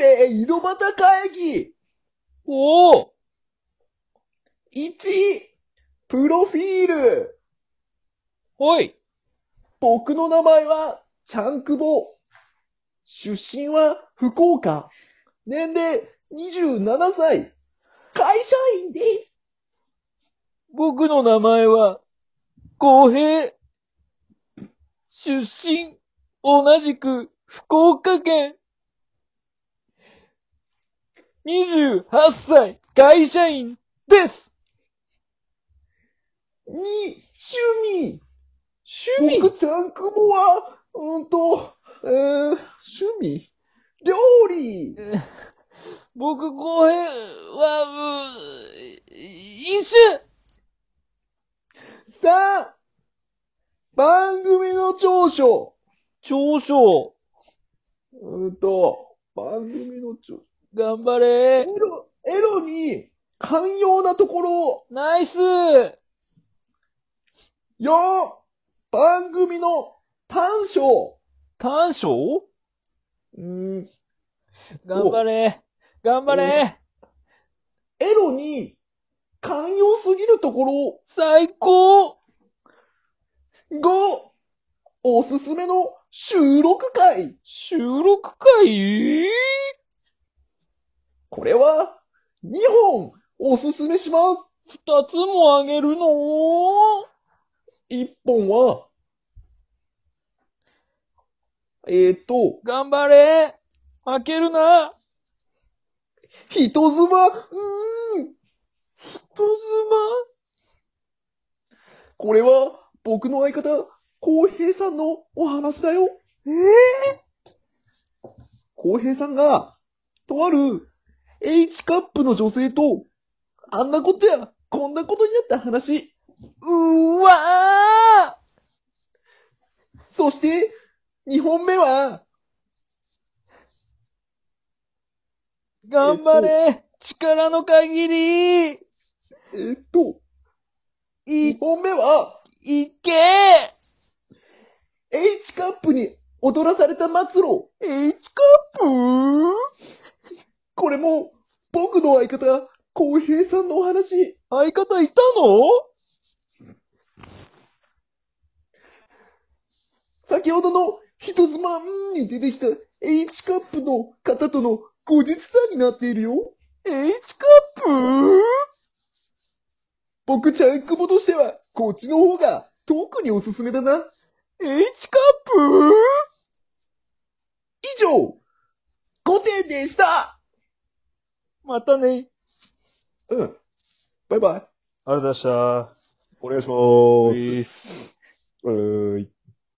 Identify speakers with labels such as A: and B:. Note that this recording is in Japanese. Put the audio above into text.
A: えー、井戸端会議
B: おお
A: !1、プロフィール
B: おい
A: 僕の名前は、ちゃんくぼ。出身は福岡。年齢27歳。会社員です。
B: 僕の名前は、公平。出身、同じく、福岡県。28歳、会社員です。
A: 2、趣味。
B: 趣味
A: 僕、ちゃんくぼは、うーんと、えー、趣味料理
B: 僕、公平は、うー、飲酒
A: !3、番組の長所。
B: 長所、
A: うーんと、番組の長所。
B: 頑張れ
A: エ。ロ、エロに寛容なところ、
B: ナイスう
A: よ番組の短所。
B: 短所
A: うん、
B: 頑張れ。頑張れ。
A: エロに寛容すぎるとこ
B: 最高
A: ろ、5! おすすめの収録会。
B: 収録会
A: これは2本おすすめします。
B: 二つもあげるの
A: 1本は、えっ、ー、と、
B: 頑張れ開けるな
A: 人妻、うーん
B: 人
A: これは僕の相方、浩平さんのお話だよ。
B: 妻え
A: 浩平さんが、とある H カップの女性と、あんなことや、こんなことになった話。
B: うーわ
A: そして、二本目は、
B: ー頑張れ力の限り
A: えーっと、
B: い
A: 一、本目は、
B: いけ
A: H カップに踊らされた末路。
B: !H カップ
A: これも、僕の相方、浩平さんのお話。
B: 相方いたの
A: 先ほどの人妻うんに出てきた H カップの方との後日談になっているよ。
B: ?H カッ
A: 僕、ちゃんくぼとしては、こっちの方が、特におすすめだな。
B: プ ?H カップ
A: 以上、5点でした
B: またね。
A: うん。バイバイ。
B: ありがとうございました。
A: お願いしま
B: お
A: ー
B: ー
A: す。
B: す。
A: うーい。